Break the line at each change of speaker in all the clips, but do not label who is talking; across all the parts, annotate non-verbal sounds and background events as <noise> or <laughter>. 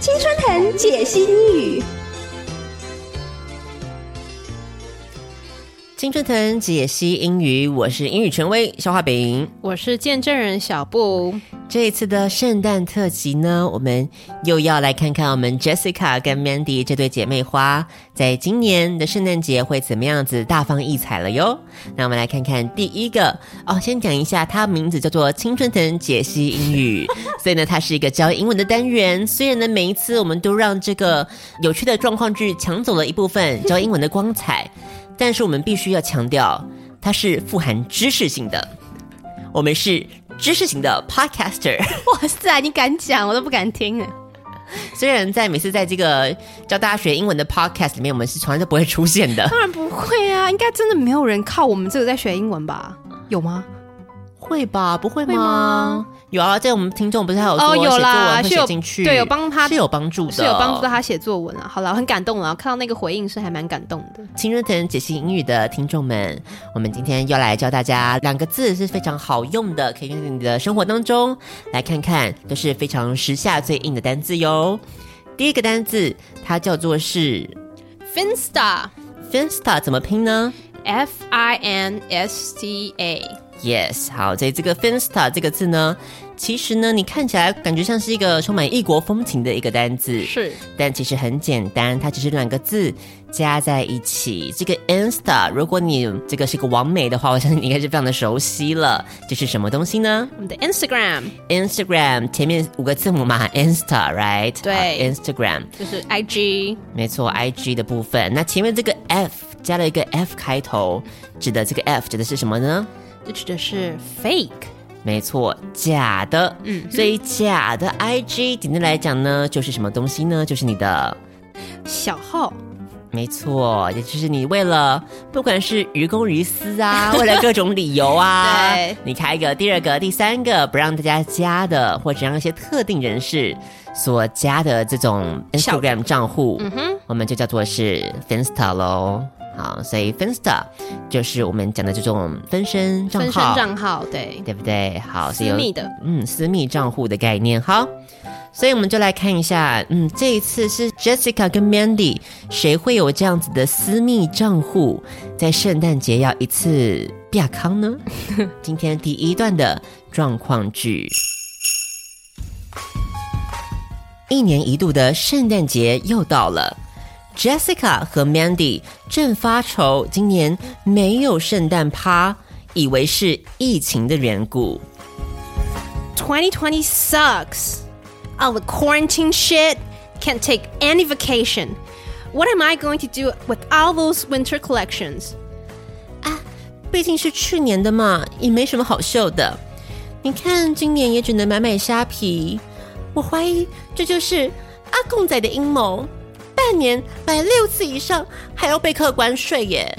青春藤解析英语。
青春藤解析英语，我是英语权威肖化饼。
我是见证人小 <laughs> 布，
这一次的圣诞特辑呢，我们又要来看看我们 Jessica 跟 Mandy 这对姐妹花，在今年的圣诞节会怎么样子大放异彩了哟。那我们来看看第一个哦，先讲一下，它名字叫做青春藤解析英语，所以呢，它是一个教英文的单元。虽然呢，每一次我们都让这个有趣的状况剧抢走了一部分教英文的光彩，但是我们必须要强调，它是富含知识性的。我们是知识型的 podcaster。
哇塞，你敢讲，我都不敢听了。
虽然在每次在这个教大家学英文的 podcast 里面，我们是从来都不会出现的。
当然不会啊，应该真的没有人靠我们这个在学英文吧？有吗？
会吧？不会吗？
<laughs> 会吗
有啊，在我们听众不是还有说
哦有
写作
啦
文会
是有
写进去，
对有帮他
是有帮助的，
是有帮助到。他写作文啊。好了，很感动啊，看到那个回应是还蛮感动的。
青春藤解析英语的听众们，我们今天要来教大家两个字是非常好用的，可以用在你的生活当中来看看，都是非常时下最硬的单字哟。第一个单字它叫做是
Finsta，F
Finsta，怎么拼呢？
I N S T A，
Yes，好，在这个 Finsta 这个字呢，其实呢，你看起来感觉像是一个充满异国风情的一个单字，
是
但其实很简单，它只是两个字加在一起。这个 Insta，如果你这个是个完美的话，我相信你应该是非常的熟悉了。这是什么东西呢
我们的 Instagram，
？Instagram 前面五个字母嘛，Insta，right？
对
好，Instagram。
就是 I G，
没错，IG 的部分。那前面这个 F 加了一个 F 开头，指的这个 F 指的是什么呢？
这指的是 fake。
没错，假的。嗯，所以假的 IG 简单来讲呢，就是什么东西呢？就是你的。
小号，
没错，也就是你为了不管是于公于私
<laughs>
啊，为了各种理由啊，
对
你开一个、第二个、第三个不让大家加的，或者让一些特定人士所加的这种 Instagram 账户，嗯哼，我们就叫做是 Finsta 喽。好，所以 Finsta 就是我们讲的这种分身账
分身
号，
账号，对，
对不对？好，所以有
私密的，
嗯，私密账户的概念。好，所以我们就来看一下，嗯，这一次是 Jessica 跟 Mandy 谁会有这样子的私密账户，在圣诞节要一次变康呢？今天第一段的状况剧。一年一度的圣诞节又到了，Jessica 和 Mandy 正发愁今年没有圣诞趴，以为是疫情的缘故。
2020 sucks. All the quarantine shit. Can't take any vacation. What am I going to do with all those winter collections?
毕竟是去年的嘛，也没什么好秀的。你看，今年也只能买买虾皮。我怀疑这就是阿贡仔的阴谋，半年买六次以上还要被课关税耶。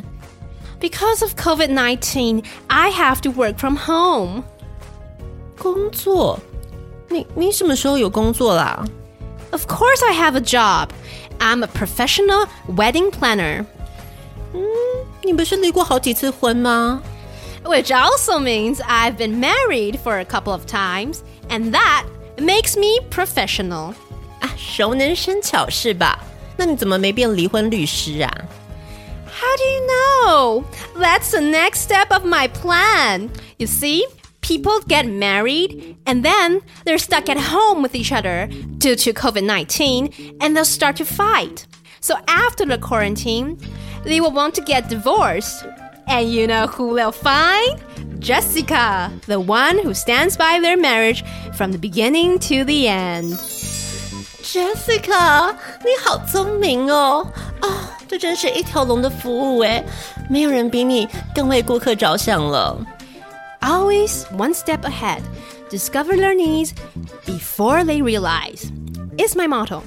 Because of COVID 19, I have to work from home.
工作，你你什么时候有工作啦？
Of course, I have a job. I'm a professional wedding planner,
嗯你不是离过好几次婚吗？
which also means I've been married for a couple of times, and that makes me professional.
啊，熟能生巧是吧？那你怎么没变离婚律师啊？
How do you know? That's the next step of my plan. You see, people get married and then they're stuck at home with each other due to COVID 19 and they'll start to fight. So after the quarantine, they will want to get divorced. And you know who they'll find? Jessica, the one who stands by their marriage from the beginning to the end.
Jessica，你好聪明哦！啊、这真是一条龙的服务哎，没有人比你更为顾客着想了。
always one step ahead. Discover their needs before they realize. It's my motto.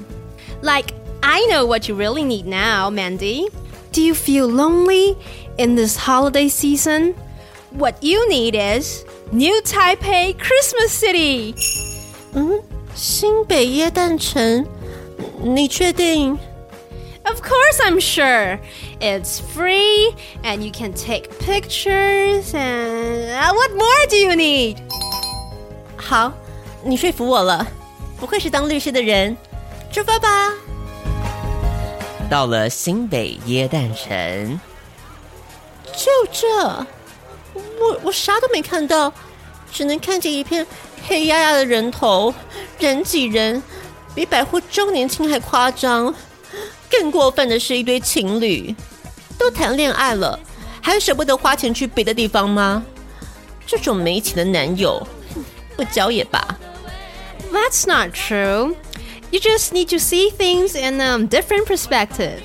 Like, I know what you really need now, Mandy. Do you feel lonely in this holiday season? What you need is New Taipei Christmas City.
新北耶诞城，你确定？
Of course, I'm sure. It's free and you can take pictures and uh, what more do you need?
好，你说服我了，不愧是当律师的人。
出发吧！
到了新北耶诞城，
就这，我我啥都没看到，只能看见一片黑压压的人头，人挤人，比百货周年庆还夸张。更过分的是一堆情侣，都谈恋爱了，还舍不得花钱去别的地方吗？这种没钱的男友，哼不交也罢。
That's not true. You just need to see things in a different perspective.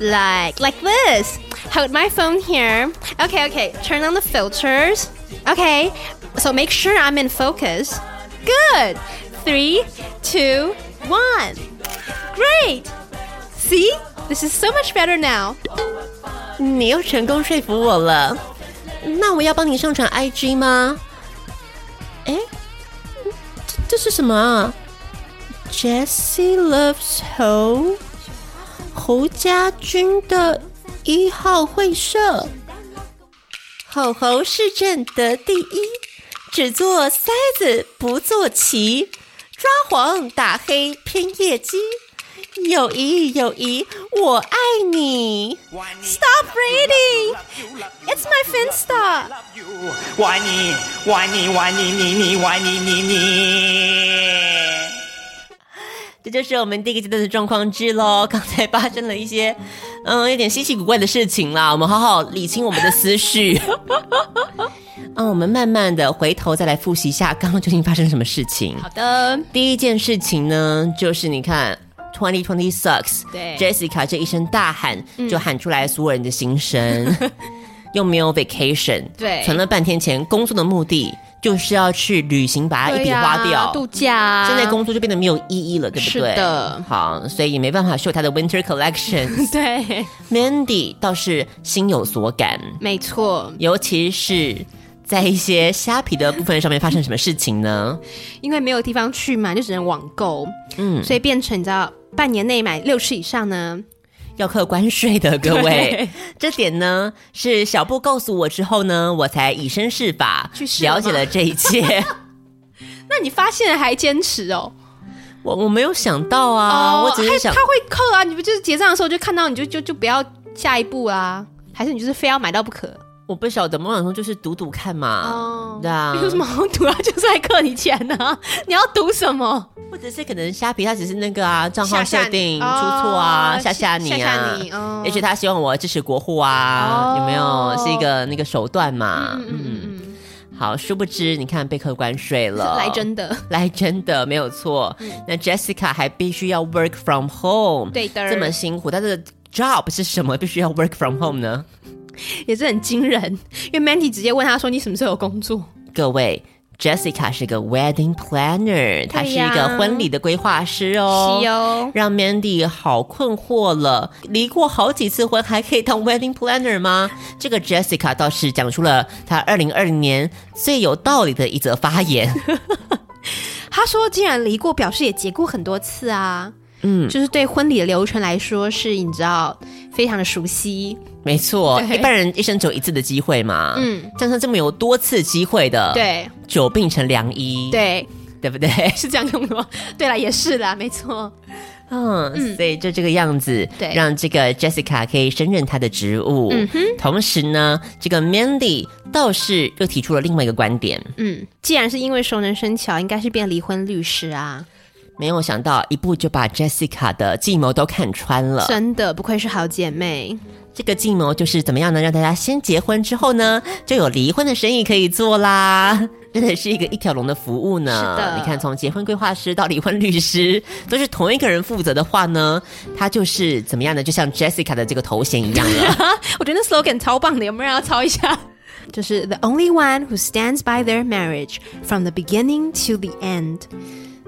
Like like this. Hold my phone here. Okay, okay. Turn on the filters. Okay. So make sure I'm in focus. Good. Three, two, one. Great. See? This is so much better now.
你又成功说服我了，那我要帮你上传 IG 吗？哎，这这是什么啊？Jessie loves 侯侯家军的一号会社，吼侯市政得第一，只做塞子不做棋，抓黄打黑拼业绩，友谊友谊，我爱你。
Stop reading. It's my Finsta.
玩你，玩你，玩你，你你，玩你，你你。
这就是我们第一个阶段的状况之喽。刚才发生了一些，嗯，有点稀奇古怪的事情啦。我们好好理清我们的思绪。 <laughs> 嗯，我们慢慢的回头再来复习一下刚刚究竟发生什么事情。
的。
第一件事情呢，就是你看。Twenty twenty sucks。
对嗯
，Jessica 这一声大喊，就喊出来所有人的心
<laughs>
声。又没有 vacation，
对
存了半天钱，工作的目的就是要去旅行，把它一笔
对呀
花掉，
度假。
现在工作就变得没有意义了，对不对？
啊是的
好，所以也没办法秀他的 Winter Collection。 <laughs>
<laughs> 对，
Mandy 倒是心有所感，
没错，
尤其是在一些虾皮的部分上面发生什么事情呢？ <laughs>
因为没有地方去嘛，就只能网购，嗯，所以变成你知道，半年内买六次以上呢，
要扣关税的，各位
对。
这点呢，是小布告诉我之后呢，我才以身试法，
去试了
了
吗
解了这一切。
<laughs> 那你发现了还坚持哦？
我我没有想到啊，我只
还
是想
他，会扣啊，你不就是结账的时候就看到你就就就不要下一步啊？还是你就是非要买到不可？
我不晓得，我想说就是赌赌看嘛。
哦
对啊，
有什么好赌啊？就是在扣你钱呢、啊？ <laughs> 你要赌什么？
或者是可能虾皮，它只是那个啊账号
吓吓
设
你
定出
哦
错啊，吓吓
吓
你啊
吓吓你哦，
也许他希望我支持国货啊，
哦
有没有是一个那个手段嘛？
嗯嗯
嗯，
嗯，
好，殊不知你看被扣关税了，
来真的，嗯
来真的没有错。那 Jessica 还必须要 work from home，
对的
这么辛苦，她的 job 是什么？必须要 work from home 呢？
也是很惊人。因为 Mandy 直接问他说：“你什么时候有工作？”
各位。Jessica 是个 wedding planner，她是一
对
个
呀
婚礼的规划师哦。
是哦
让 Mandy 好困惑了。离过好几次婚，还可以当 wedding planner 吗？这个 Jessica 倒是讲出了她二零二零年最有道理的一则发言。
<laughs> 他说，既然离过，表示也结过很多次啊。嗯，就是对婚礼的流程来说，是你知道非常的熟悉。
没错，
对
一般人一生只有一次的机会嘛。嗯
嗯，
像他这么有多次机会的，，
对
久病成良医，，
对，
对不对？
是这样用的吗？ <laughs> 对啦，也是啦，没错。
嗯，所以就这个样子，
对
让这个 Jessica 可以胜任她的职务。嗯哼，同时呢，这个 Mandy 倒是又提出了另外一个观点，
嗯，既然是因为熟能生巧，应该是变离婚律师啊！
没有想到一步就把 Jessica 的计谋都看穿了。
真的，不愧是好姐妹。
这个计谋就是怎么样呢？让大家先结婚之后呢，就有离婚的生意可以做啦。 <laughs> 真的是一个一条龙的服务呢。
是的
你看从结婚规划师到离婚律师，都是同一个人负责的话呢，他就是怎么样呢？就像 Jessica 的这个头衔一样了。
<laughs> 我觉得那 slogan 超棒的，有没有人要抄一下？ <laughs> 就是 The only one who stands by their marriage from the beginning to the end。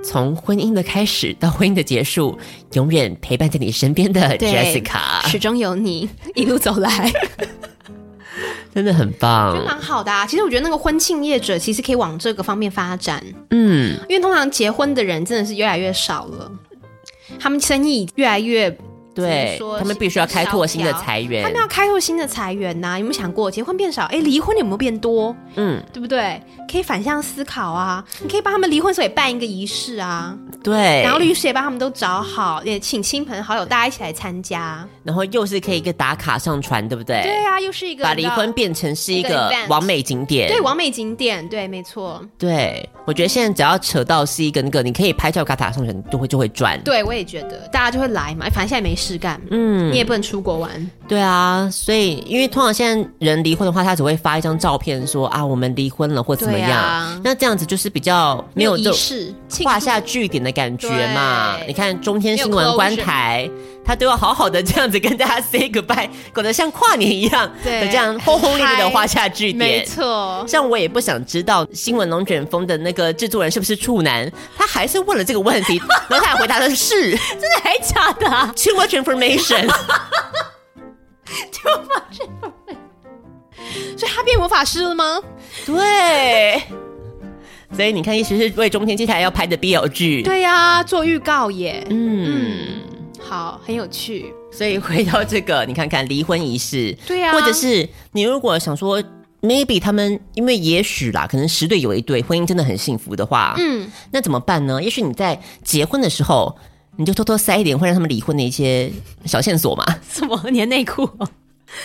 从婚姻的开始到婚姻的结束，永远陪伴在你身边的
对
Jessica，
始终有 <laughs> 你，一路走来。
真的很棒。
蛮好的啊。其实我觉得那个婚庆业者其实可以往这个方面发展，
嗯，
因为通常结婚的人真的是越来越少了，他们生意越来越，
对
只能说
他们必须要开拓新的
萧条
财源
他们。要开拓新的财源呐、有没有想过，结婚变少，哎，离婚有没有变多？
嗯，
对不对？可以反向思考啊，你可以帮他们离婚时候也办一个仪式啊，
对，
然后律师也帮他们都找好，也请亲朋好友大家一起来参加。
然后又是可以一个打卡上传，对不对？
对啊，又是一个
把
你
离
知道
婚变成是一
一个
个
event
完美景点。
对完美景点，对，没错，
对我觉得现在只要扯到是一个那个，你可以拍照打卡上传，就会就会赚。
对我也觉得大家就会来嘛，反正现在没事干，嗯，你也不能出国玩，
对啊，所以因为通常现在人离婚的话，他只会发一张照片说啊我们离婚了或怎么
对
样，
啊
那这样子就是比较没有这
仪
种
式，庆
画
祝
下句点的感觉嘛。
对
你看中天新
没有
闻观
closure
台，他都要好好的这样子跟大家 <laughs> say goodbye，搞得像跨年一样
对
的这样轰轰烈烈的
嗨
画下句
没
点。
错，
像我也不想知道新闻龙卷风的那个制作人是不是处男，他还是问了这个问
<laughs>
题，然后他还回答的是真的
哎
还假的、Too much information，
所以他变魔法师了吗？
嗯对。 <laughs> 所以你看，也许是为中天接下来要拍的 BL 剧，，
对呀、做预告耶，
嗯，
好，很有趣，
所以回到这个，你看看离婚仪式，
对啊
或者是你如果想说，maybe 他们因为也许啦，可能十对有一对婚姻真的很幸福的话，嗯，那怎么办呢？也许你在结婚的时候，你就偷偷塞一点会让他们离婚的一些小线索嘛，
什么？你的内裤哦、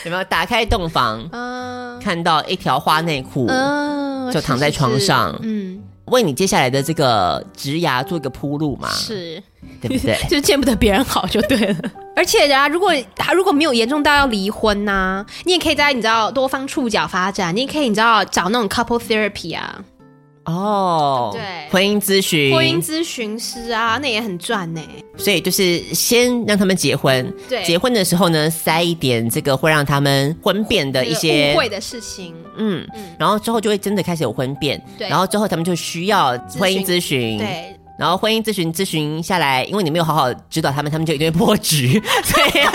有没有？打开洞房，
嗯
看到一条花内裤，
嗯，
就躺在
是是
床上
是嗯，
为你接下来的这个职涯做一个铺路嘛，
是。
对不对？
嗯就见不得别人好就对了。
<laughs> 而且啊，如果他如果没有严重到要离婚呐、你也可以在你知道多方触角发展，你也可以你知道找那种 couple therapy 啊，
哦，
对
婚姻咨
嗯
询，
婚姻咨询师啊，那也很赚呢、
所以就是先让他们结婚，
对
结婚的时候呢，塞一点这个会让他们婚变
呃
的一些
误会的事情，
嗯，然后之后就会真的开始有婚变，
对
然后之后他们就需要婚姻咨
嗯
询，，
对，
然后婚姻咨询咨询下来，因为你没有好好指导他们，他们就一定会破局，对、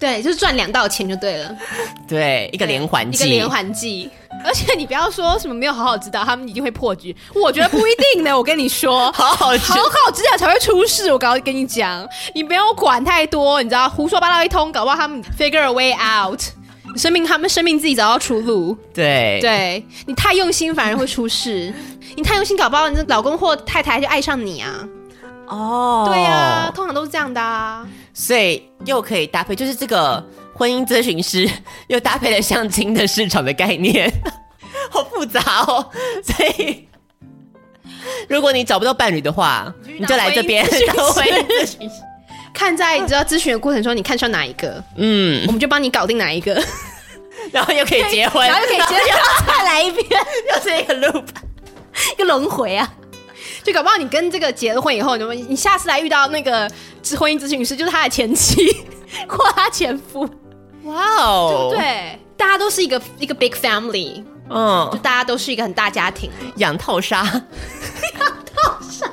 对，就是赚两道钱就对了，
<laughs> 对，一个连环
一
计，
个连环计。而且你不要说什么没有好好指导，他们一定会破局。我觉得不一定呢，我 <laughs> 跟你说，
好好吃
好好指导才会出事。我刚刚跟你讲，你不要管太多，你知道，胡说八道一通，搞不好他们 figure a way out，生命他们生命自己找到出路。
对
对你太用心，反而会出事。你太用心，搞不好你的老公或太太就爱上你啊。
哦
对啊，，通常都是这样的啊。
所以又可以搭配，就是这个婚姻咨询师又搭配了相亲的市场的概念， <laughs> 好复杂哦。所以，如果你找不到伴侣的话，你就来这边
婚姻咨询师
当婚姻咨询师。
看在你知道咨询的过程中，你看上哪一个，
嗯，
我们就帮你搞定哪一个，
然后又可以结婚，
然后就可以接着再来一遍，
又是一个 loop。
一个轮回啊。 <laughs> 就搞不好你跟这个结了婚以后，你们你下次来遇到那个婚姻咨询师，就是他的前妻 <laughs> 或他前夫，
哇哦，，
对，大家都是一个一个 big family，
嗯，
大家都是一个很大家庭。
养套杀， <laughs> 养套杀。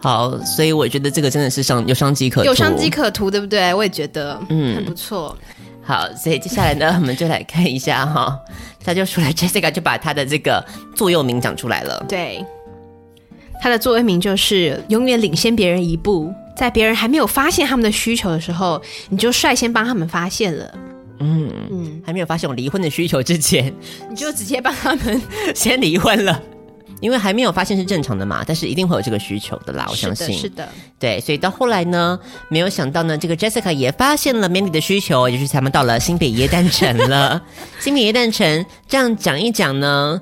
好，所以我觉得这个真的是上有商机可图
有商机可图，对不对？我也觉得，嗯，很不错。
好，所以接下来呢，我们就来看一下哈、 <laughs> 他就出来，Jessica 就把他的这个座右铭讲出来了。
对，他的座右铭就是永远领先别人一步，在别人还没有发现他们的需求的时候，你就率先帮他们发现了，
还没有发现我离婚的需求之前， <laughs>
你就直接帮他们。
先离婚了，因为还没有发现是正常的嘛，但是一定会有这个需求的啦，我
是
相
的，
信。
是的，
对，所以到后来呢，没有想到呢，这个 Jessica 也发现了 Mandy 的需求，也就是他们到了新北耶诞城 <laughs> 了。新北耶诞城这样讲一讲呢，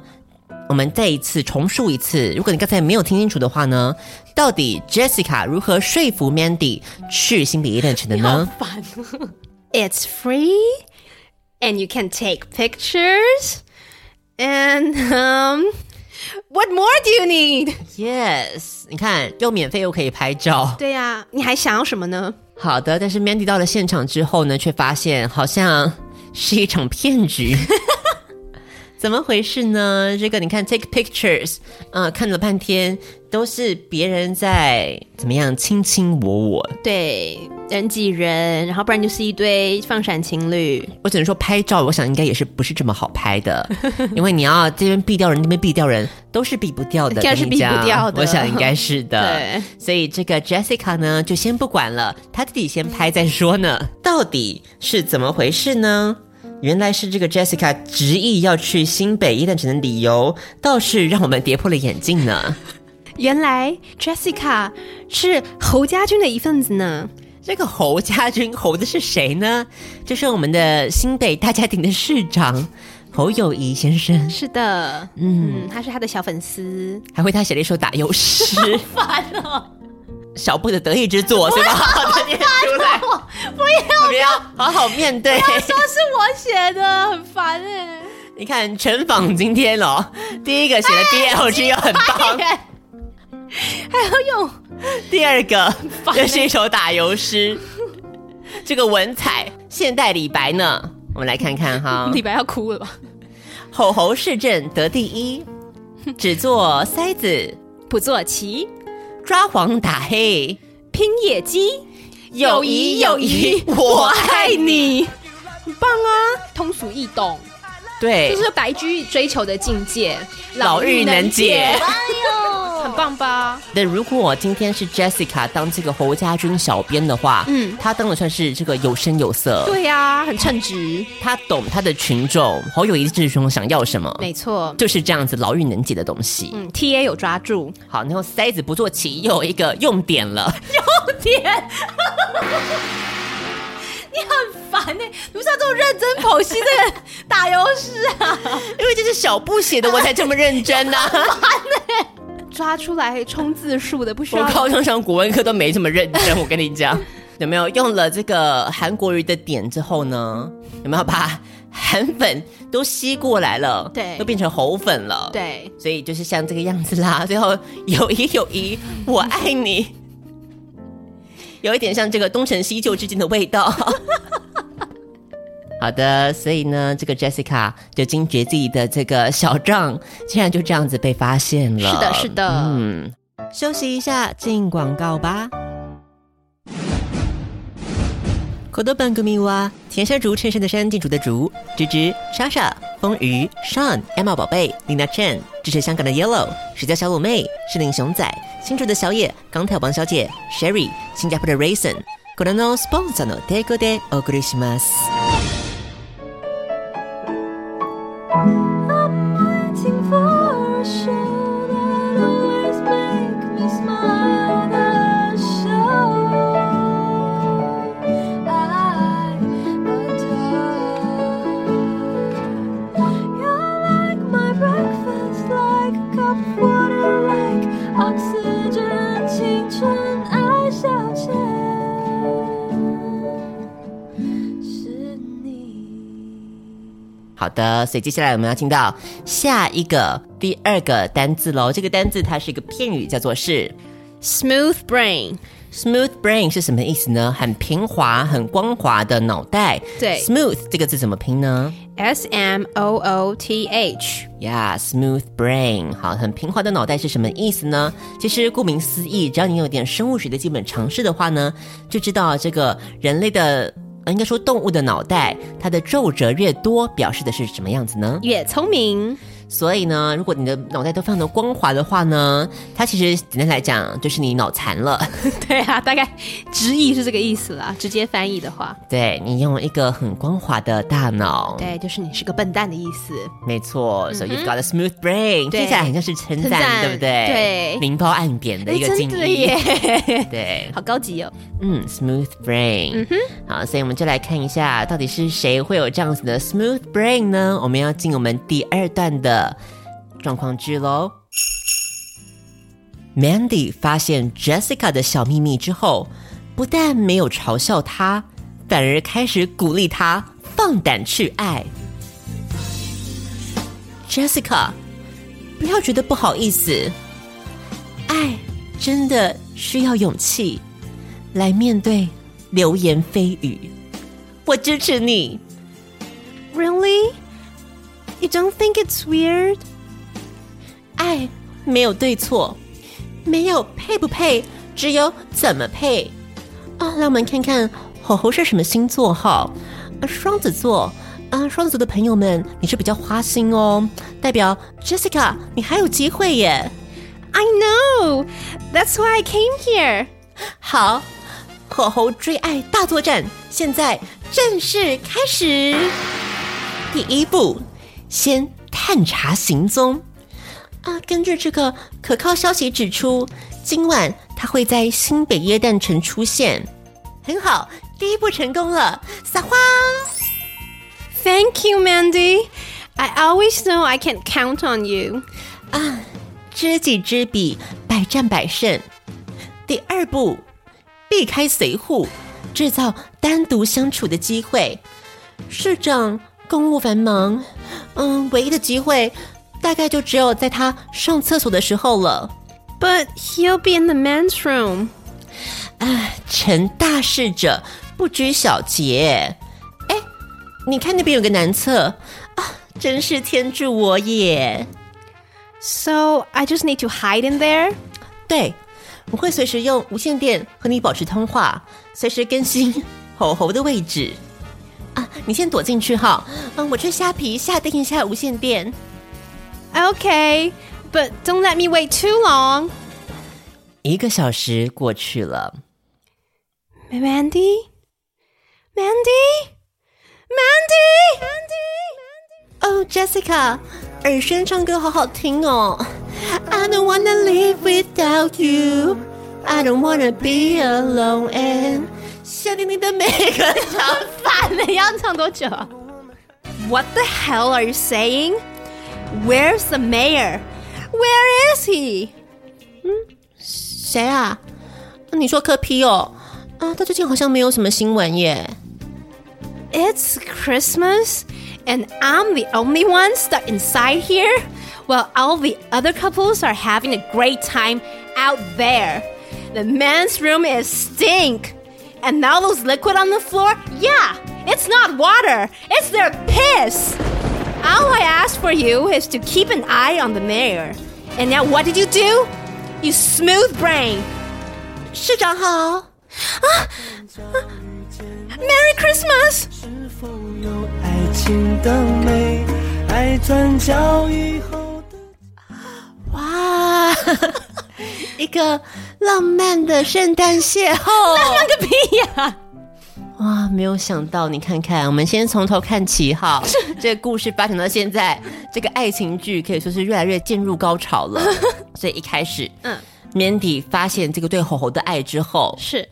我们再一次重述一次。如果你刚才没有听清楚的话呢，到底 Jessica 如何说服 Mandy 去新北耶诞城的呢？
<laughs> It's free, and you can take pictures, and um, what more do you need？
Yes，你看又免费又可以拍照。
对呀、你还想要什么呢？
好的，但是 Mandy 到了现场之后呢，却发现好像是一场骗
<laughs>
局。怎么回事呢？这个你看，take pictures，呃，看了半天都是别人在怎么样卿卿我我，
对，人挤人，然后不然就是一堆放闪情侣。
我只能说拍照，我想应该也是不是这么好拍的，
<laughs>
因为你要这边避掉人，那边避掉人，都是避不掉的，
应该是
跟你讲
避不掉的
我想应该是的。
<laughs> 对，
所以这个 Jessica 呢，就先不管了，她自己先拍再说呢。到底是怎么回事呢？原来是这个 Jessica 执意要去新北耶诞城的理由，倒是让我们跌破了眼镜呢。
原来 Jessica 是侯家军的一份子呢。
这个侯家军侯的是谁呢？就是我们的新北大家庭的市长侯友谊先生，
是的，嗯，他是他的小粉丝。
还为他写了一首打油诗，烦哦。小布的得意之作，所以把 <laughs> 好的念出来，
不要，
不要好好面对。
是我写的，很烦哎、
你看陈访今天
<laughs>
哦，第一个写的 BL G 又很棒，
还要用欸
第二个又是一首打油诗，这个文采现代李白呢，我们来看看哈。
李白要哭了吧？
吼吼市政得第一，只做塞子，
不坐骑，
抓黄打黑，
拼野鸡，
友谊友谊我爱
你，很棒啊！通俗易懂，
对，
这是白居易追求的境界，
哎老妪能解。
很棒吧？
那如果我今天是 Jessica 当这个侯家军小编的话，嗯
嗯，
她当的算是这个有声有色，
对呀、很称职，
她懂她的群众，侯友谊志雄想要什么，
没错。
就是这样子老妪能解的东西。
嗯，T A 有抓住，
好，然后塞子不做棋又有一个用点了， <laughs>
你很烦哎、你不是要这么认真剖析这个打油诗啊？
因为这是小布写的，我才这么认真啊
<laughs>
呐、
<laughs> 抓出来冲字数的不需
我
要，
高中上国文课都没这么认真，我跟你讲， <laughs> 有没有用了这个韩国瑜的点之后呢？有没有把韩粉都吸过来了？
对
都变成猴粉了。，
对，
所以就是像这个样子啦。最后友谊友谊，我爱你， <laughs> 有一点像这个东成西就之间的味道。 <laughs> 好的，所以呢，这个 Jessica 就惊觉自己的这个小账竟然就这样子被发现了。
是的，是的。
嗯，休息一下，进广告吧。口头本古米哇，田山竹衬衫的山，建筑的竹，芝芝、莎莎、风雨、Sean、Emma 宝贝、Lina Chen，支持香港的 Yellow，石家小卤妹、是令熊仔、新竹的小野、港台王小姐、Sherry、新加坡的 Raisin。これのスポンサーの提供でお送りします。
Oxygen，青春爱消遣，是你。
好的，所以接下来我们要听到下一个第二个单字喽。这个单字它是一个片语，叫做是
Smooth brain，
Smooth brain 是什么意思呢？很平滑、很光滑的脑袋。
对
，smooth 这个字怎么拼呢
S M O O T H，
？Yeah，smooth brain。好，很平滑的脑袋是什么意思呢？其实顾名思义，只要你有点生物学的基本常识的话呢，就知道这个人类的。呃应该说，动物的脑袋，它的皱褶越多，表示的是什么样子呢？
越聪明。
所以呢，如果你的脑袋都非常的光滑的话呢，它其实简单来讲，就是你脑残了。 <laughs>
对啊，大概直译是这个意思啦，直接翻译的话，
对你用一个很光滑的大脑，
对，就是你是个笨蛋的意思。
没错，所以 you've got a smooth brain，
Mm-hmm 对
听起来很像是称
称
赞，
赞
对不对？
对
明褒暗贬的一个
哎
敬
真的
意。
耶，
<laughs> 对，
好高级哦。
嗯，smooth brain，、好，所以我们就来看一下，到底是谁会有这样子的 smooth brain 呢？我们要进我们第二段的状况句喽。Mandy 发现 Jessica 的小秘密之后，不但没有嘲笑她，反而开始鼓励她放胆去爱。Jessica，不要觉得不好意思，爱真的需要勇气。来面对流言蜚语。我支持你。
Really? You don't think it's weird?
爱哎没有对错，没有配不配，只有怎么配。啊，让我们看看吼吼是什么星座哈？啊，双子座。啊，双子座的朋友们，你是比较花心哦，代表 Jessica，你还有机会耶。
I know. That's why I came here.
好，吼吼追爱大作战现在正式开始。
第一步，先探查行踪。
啊，根据这个可靠消息指出，今晚他会在新北耶诞城出现。很好，第一步成功了，撒花！
Thank you, Mandy. I always know I can count on you.
知己知彼，百战百胜。第二步，避开随扈，制造单独相处的机会。市长公务繁忙，嗯，唯一的机会大概就只有在他上厕所的时候了。
But he'll be in the men's room.
成大事者不拘小节。哎，你看那边有个男厕啊，真是天助我也！
So I just need to hide in there?
对，我会随时用无线电和你保持通话，随时更新 <laughs> 吼吼的位置。啊，你先躲进去哈，嗯，我去虾皮下定一下无线电。
Okay, but don't let me wait too long.
一个小时过去了，
Mandy? Mandy? Mandy? Mandy?
哦、j e s s i c a 耳轩唱歌好好听哦。I don't wanna live without you, I don't wanna be alone and 夏令令的每个长
<laughs> 烦了，要唱多久啊？What the hell are you saying? Where's the mayor? Where is he?
<laughs> 谁啊？你说柯批哦？啊，他最近好像没有什么新闻耶。
It's Christmas, and I'm the only one stuck inside here, while all the other couples are having a great time out there. The men's room is stink, and all those liquid on the floor, yeah, it's not water, it's their piss. All I ask for you is to keep an eye on the mayor. And now, what did you do? You smooth brain.
市长好，
Ah, Merry Christmas!
是否有爱情的美？爱转角以后的。
啊
哇，一个浪漫的圣诞邂逅。浪漫个屁呀、 <laughs> 哇，没有想到，你看看，我们先从头看起 <laughs> 哈。这个故事发展到现在，这个爱情剧可以说是越来越渐入高潮 <laughs> 了。所以一开始，嗯
嗯
，Mandy 发现这个对吼吼的爱之后，
是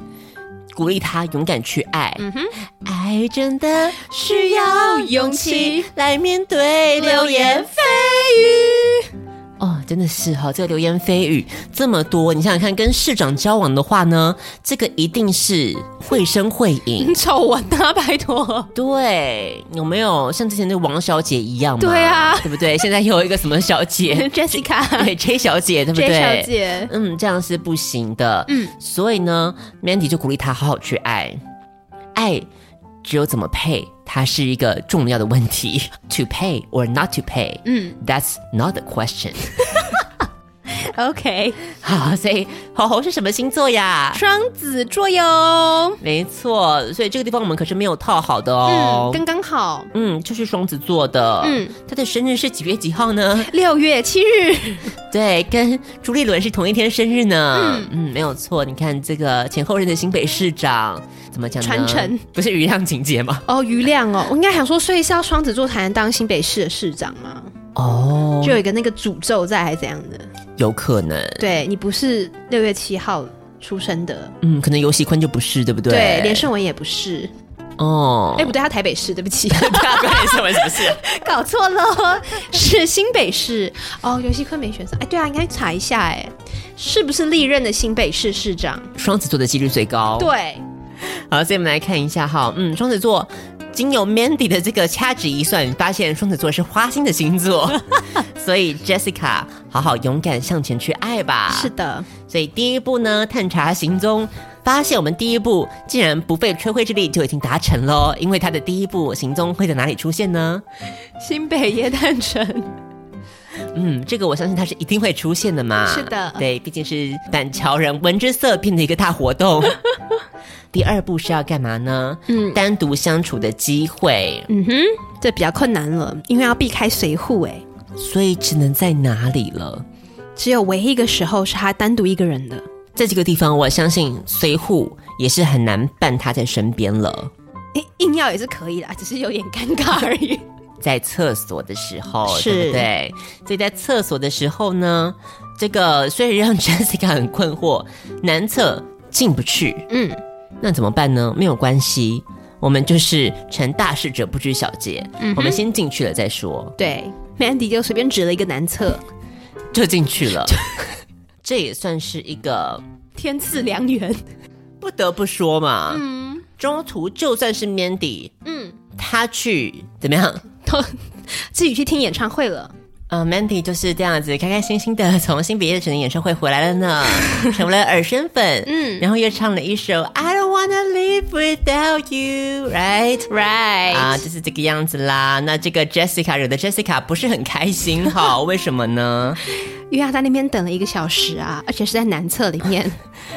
鼓励他勇敢去爱。嗯哼，爱真的需要勇
嗯
气来面对流言蜚语。哦，真的是哈、这个流言蜚语这么多，你想想看，跟市长交往的话呢，这个一定是绘声绘
嗯
影。
丑闻啊，拜托。
对，有没有像之前那个王小姐一样嘛？
对 <laughs> 啊
对不对？现在又有一个什么小
<laughs>
姐
Jessica。
对 J 小姐，对不对
J 小姐
嗯，这样是不行的。嗯，所以呢，Mandy 就鼓励她好好去爱，爱只有怎么配，它是一个重要的问题。To <laughs> pay or not to pay，嗯，That's not the question。 <laughs>
OK，
好，所以猴猴是什么星座呀？
双子座哟，
没错，所以这个地方我们可是没有套好的哦
嗯，。刚刚好，
嗯，就是双子座的。嗯
嗯，
他的生日是几月几号呢？
六月七日，
对，跟朱立伦是同一天生日呢。嗯没有错。你看这个前后任的新北市长怎么讲呢？
传承
不是余亮情节吗？
哦，余亮哦，我应该想说，所以是要双子座才能当新北市的市长吗？
哦，
就有一个那个诅咒在，还是怎样的？
有可能。
对你不是六月七号出生的，
嗯，可能游戏坤就不是，对不对？
对，连胜文也不是，
哦
<laughs> 哎，，不对，他台北市，对不起，
大关联是为什么事？
搞错了， <laughs> 是新北市。哦，游戏坤没选上，哎，对啊，应该查一下，哎，是不是历任的新北市市长？
<laughs> 双子座的几率最高。，
对，
好，所以我们来看一下哈，嗯，双子座。经由 Mandy 的这个掐指一算，发现双子座是花心的
<laughs>
星座，所以 Jessica 好好勇敢向前去爱吧。
是的，
所以第一步呢，探查行踪，发现我们第一步竟然不费吹灰之力就已经达成喽。因为他的第一步行踪会在哪里出现呢？
新北耶诞城。
嗯，这个我相信他是一定会出现的嘛。
是的
对，毕竟是板桥人闻之色变的一个大活动。 <laughs> 第二步是要干嘛呢？嗯，单独相处的机会，
嗯哼，这比较困难了，因为要避开随扈哎，
所以只能在哪里了？
只有唯一一个时候是他单独一个人的。
在这个地方，我相信随扈也是很难伴他在身边了。
哎 <laughs> 诶硬要也是可以啦，只是有点尴尬而已。
在厕所的时候，
是
对不对？所以在厕所的时候呢，这个虽然让 <laughs> Jessica 很困惑，男厕进不去，嗯，那怎么办呢？没有关系，我们就是成大事者不拘小节，我们先进去了再说，
<laughs> 对，Mandy 就随便指了一个男厕，
就进去了。 <laughs> 这也算是一个
天赐良缘。
不得不说嘛，嗯，中途就算是 Mandy，嗯，他去怎么样？
<laughs>
都自己去听演唱会了，
呃，Mandy 就是这样子，开开心心的 <laughs> 从新毕业整的演唱会回来了呢，
<laughs>
成为了耳生粉，嗯，然后又唱了一首 I don't wanna live without you，right？
right？
啊，就是这个样子啦。那这个 Jessica 惹得 Jessica 不是很开心
<laughs>
哈，为什么呢？
因为他在那边等了一个小时啊，而且是在男厕里
<laughs>
面，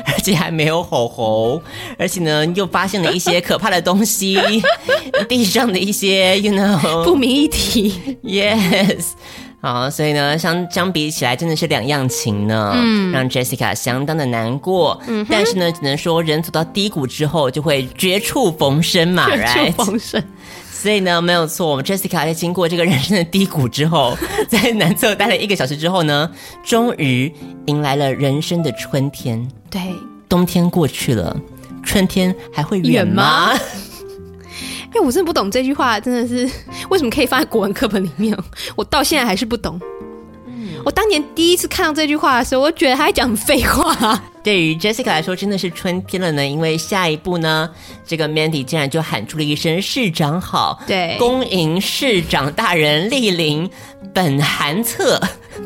而且还没有吼吼，而且呢又发现了一些可怕的东西，
<laughs>
地上的一些，you know，
不明一体。
<laughs>
Yes，好，所以呢，相相比起来，真的是两样情呢，嗯，让 Jessica 相当的难过，嗯，但是呢，只能说人走到低谷之后，就会绝处逢生嘛
绝
，right？
处逢生，
所以呢，没有错，我们 Jessica 在经过这个人生的低谷之
<laughs>
后，在南侧待了一个小时之后呢，终于迎来了人生的春天，
对，
冬天过去了。春天还会远
远吗
吗？
哎、我真的不懂这句话，真的是 <laughs> 为什么可以放在国文课本里面？哦我到现在还是不懂。我当年第一次看到这句话的时候，我觉得他在讲废话。啊 <laughs>
对于 Jessica 来说，真的是春天了呢，因为下一步呢，这个 Mandy 竟然就喊出了一声“市长好”，
对
恭迎市长大人莅临本韩策。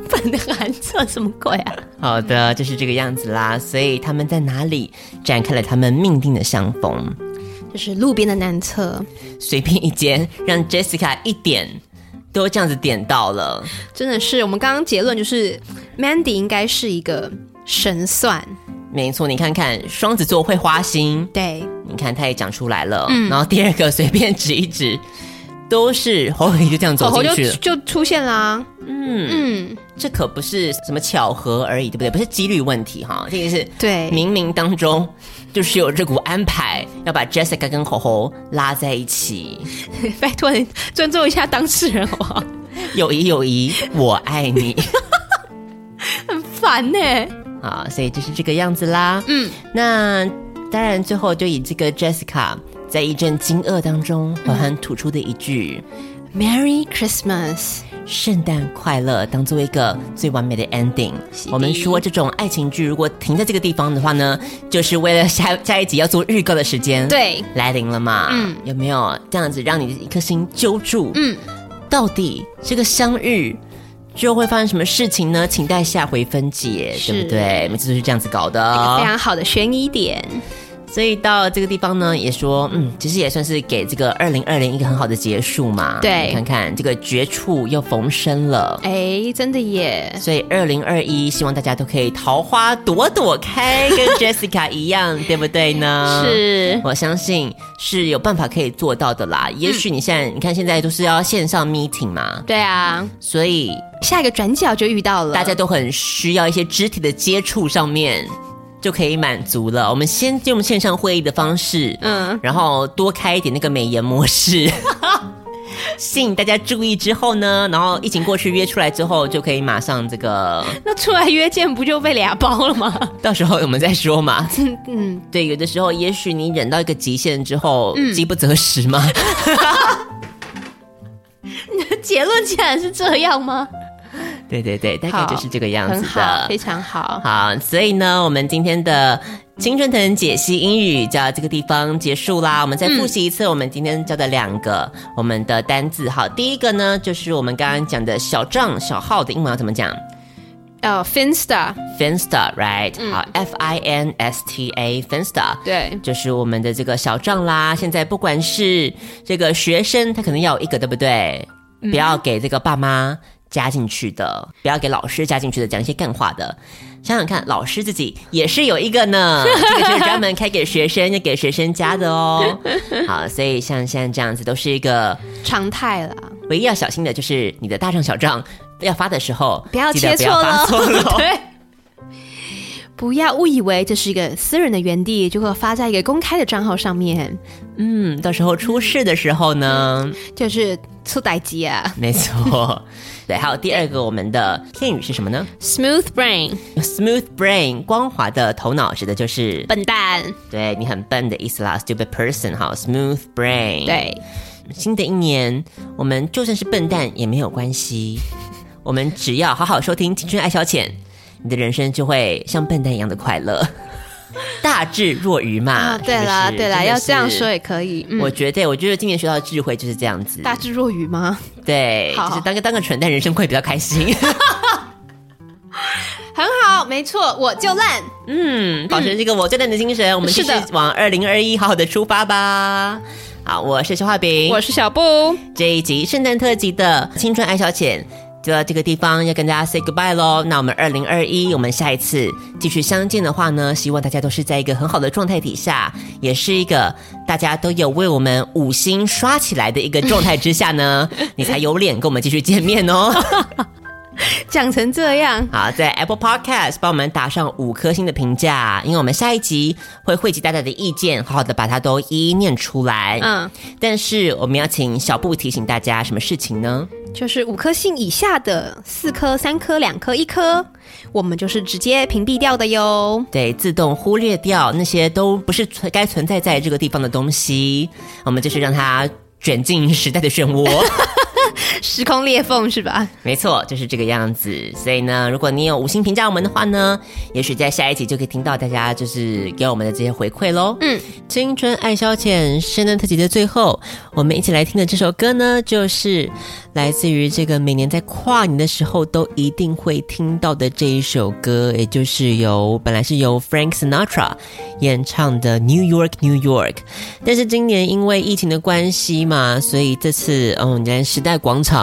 本的寒彻什么鬼啊？
好的，就是这个样子啦。所以他们在哪里展开了他们命定的相逢？
就是路边的男厕，
随便一间，让 Jessica 一点都这样子点到了。
真的是我们刚刚结论就是 Mandy 应该是一个神算，
没错，你看看双子座会花心，
对，
你看他也讲出来了。然后第二个随便指一指，都是哦侯友宜就这样
狗
走
狗
进
就
去了。
就出现啦、嗯嗯，
这可不是什么巧合而已，对不对？不是几率问题哈，这个是
对
冥冥当中就是有这股安排，要把 Jessica 跟吼吼拉在一起。
<laughs> 拜托你尊重一下当事人好不好？
友谊，友谊，我爱你
烦呢、
啊！所以就是这个样子啦。嗯，那当然最后就以这个 Jessica 在一阵惊愕当中缓缓吐出的一句
Merry Christmas，
“圣诞快乐”当做一个最完美的 ending。我们说这种爱情剧如果停在这个地方的话呢，就是为了下下一集要做预告的时间。。
对，
来临了嘛，嗯，有没有这样子让你一颗心揪住？嗯，到底这个相遇就会发生什么事情呢？请待下回分解，对不对？每次都是这样子搞的哦
非常好的悬疑点，
所以到这个地方呢，也说，嗯，其实也算是给这个二零二零一个很好的结束嘛。
对
你看看这个绝处又逢生了。
哎，真的 <laughs> 耶，
所以二零二一，希望大家都可以桃花朵朵开，
<laughs>
跟 Jessica 一样，对不对呢？
是
我相信是有办法可以做到的
嗯
啦。也许你现在，你看现在都是要线上 meeting 嘛，
对啊，
所以
下一个转角就遇到了，
大家都很需要一些肢体的接触上面。就可以满足了。我们先用线上会议的方式，嗯
嗯，
然后多开一点那个美颜模式， <laughs> 吸引大家注意之后呢，然后疫情过去约出来之后，就可以马上这个
那出来约见不就被俩包了吗？
到时候我们再说嘛。 <laughs> 嗯，对，有的时候也许你忍到一个极限之后，饥不择食 <laughs> 嘛。
结论竟然是这样吗？
对对对，大概就是这个样子
很好，非
的。
常好。
好，所以呢，我们今天的青春藤解析英语就到这个地方结束啦。我们再复习一次我们今天教的两个我们的单字。好，第一个呢就是我们刚刚讲的小账小号的英文要怎么讲？
哦，Finsta，
Finsta right？、好，F
嗯
I N S T A Finsta
对
就是我们的这个小账啦。现在不管是这个学生，他可能要有一个，对不对？
嗯
不要给这个爸妈加进去的，不要给老师加进去的，讲一些干话的。想想看，老师自己也是有一个呢，这个就是专门开给学生，要给学生加的
<laughs>
哦。好，所以像现在这样子，都是一个
常态啦，
唯一要小心的，就是你的大账小账要发的时候，
不要
记得
切
不要
错
发
了，
错了哦
对。 <laughs> 不要误以为这是一个私人的园地，就会发在一个公开的账号上面，
嗯，到时候出事的时候呢，
就是出歹机 <laughs> 啊。
没错。对，还有第二个，我们的片语是什么呢
Smooth brain，
？Smooth brain，光滑的头脑，指的就是
笨蛋。
对你很笨的意思啦，stupid person 哈，smooth brain。，
对，
新的一年，我们就算是笨蛋也没有关系，我们只要好好收听《青春爱消遣》，你的人生就会像笨蛋一样的快乐。 <laughs> 大智若愚嘛，
啊，对
啦
啦，对啦，
啦，
要这样
是
说也可以。嗯，
我觉得，我觉得今年学到的智慧就是这样子，
大智若愚吗？
对，
好
就是当个当个蠢蛋，人生会比较开心。
很好，没错，我就烂。
<laughs> 嗯，保持这个我最烂的精神，我们继
是
续
的
往二零二一好好的出发吧。好，我是肖画饼，
我是小布，
这一集圣诞特辑的《青春爱消遣》就到这个地方要跟大家 say goodbye 喽。那我们二零二一，我们下一次继续相见的话呢，希望大家都是在一个很好的状态底下，也是一个大家都有为我们五星刷起来的一个状态之下
<laughs>
呢，你才有脸跟我们继续见面哦。
<laughs> 讲成这样，
好，在 Apple Podcast 帮我们打上五颗星的评价，因为我们下一集会汇集大家的意见，好好的把它都一一念出来。
嗯，
但是我们要请小布提醒大家什么事情呢？
就是五颗星以下的，四颗、三颗、两颗、一颗，我们就是直接屏蔽掉的哟。
对，自动忽略掉那些都不是存该存在在这个地方的东西，我们就是让它卷进时代的漩涡。
时空裂缝是吧？
没错，就是这个样子。所以呢，如果你有五星评价我们的话呢，也许在下一集就可以听到大家就是给我们的这些回馈喽。嗯，青春爱消遣圣诞特辑的最后，我们一起来听的这首歌呢，就是来自于这个每年在跨年的时候都一定会听到的这一首歌，也就是由本来是由 Frank Sinatra 演唱的《New York New York》，但是今年因为疫情的关系嘛，所以这次嗯，连时代广场。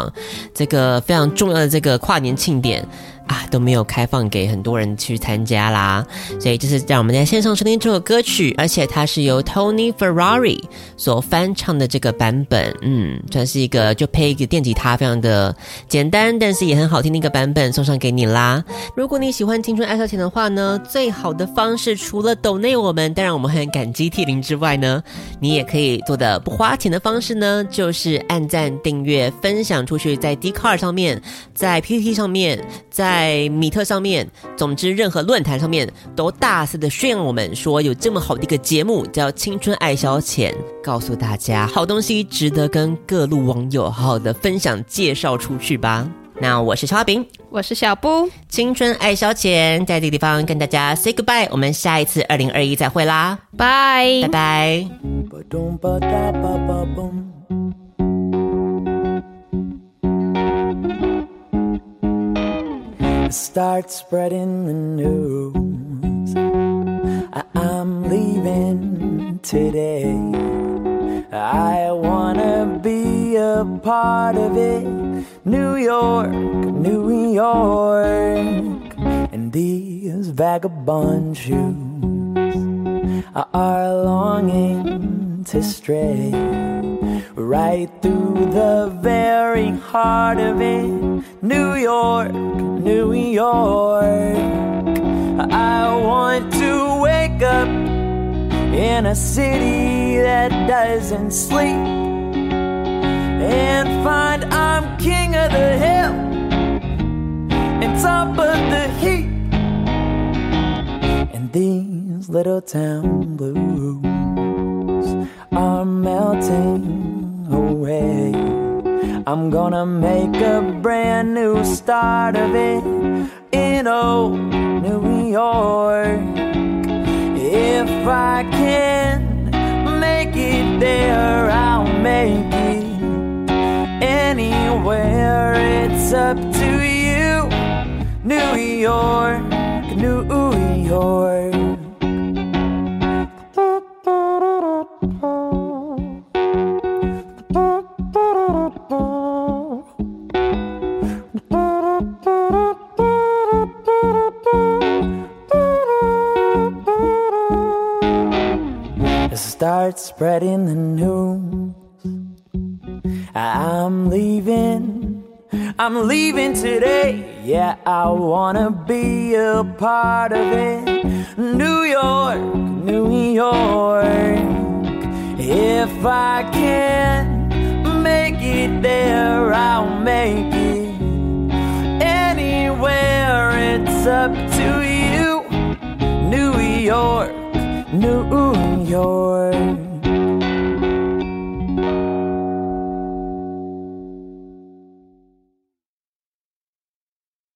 这个非常重要的这个跨年庆典啊，都没有开放给很多人去参加啦。所以这是让我们在线上收听这首歌曲，而且它是由 Tony Ferrari 所翻唱的这个版本，嗯，算是一个就配一个电吉他，非常的简单，但是也很好听的一个版本送上给你啦。如果你喜欢青春爱消遣的话呢，最好的方式除了抖内我们，当然我们很感激涕零之外呢，你也可以做的不花钱的方式呢，就是按赞、订阅、分享出去，在 d c a r 上面，在 PPT 上面，在米特上面，总之任何论坛上面都大肆的宣扬我们说有这么好的一个节目叫《青春爱消遣》，告诉大家好东西值得跟各路网友好好的分享介绍出去吧。那我是肖阿炳，
我是小布，
青春爱消遣，在这个地方跟大家 say goodbye，我们下一次二零二一再会啦，
拜
拜拜。
Ba-dum, ba-da-ba-ba-bum. Start spreading the news. I- I'm leaving today. I wanna be a part of it. New York, New York, and these vagabond shoes are longing to stray right through the very heart of it. New York, New York. I want to wake up in a city that doesn't sleep and find I'm king of the hill and top of the heap and these little town blues are melting away. I'm gonna make a brand new start of it in old New York. If I can make it there, I'll make it anywhere. It's up to you. New York, New York. Start spreading the news. I'm leaving I'm leaving today. Yeah, I wanna be a part of it. New York, New York. If I can make it there, I'll make it anywhere. It's up to you. New York, New York.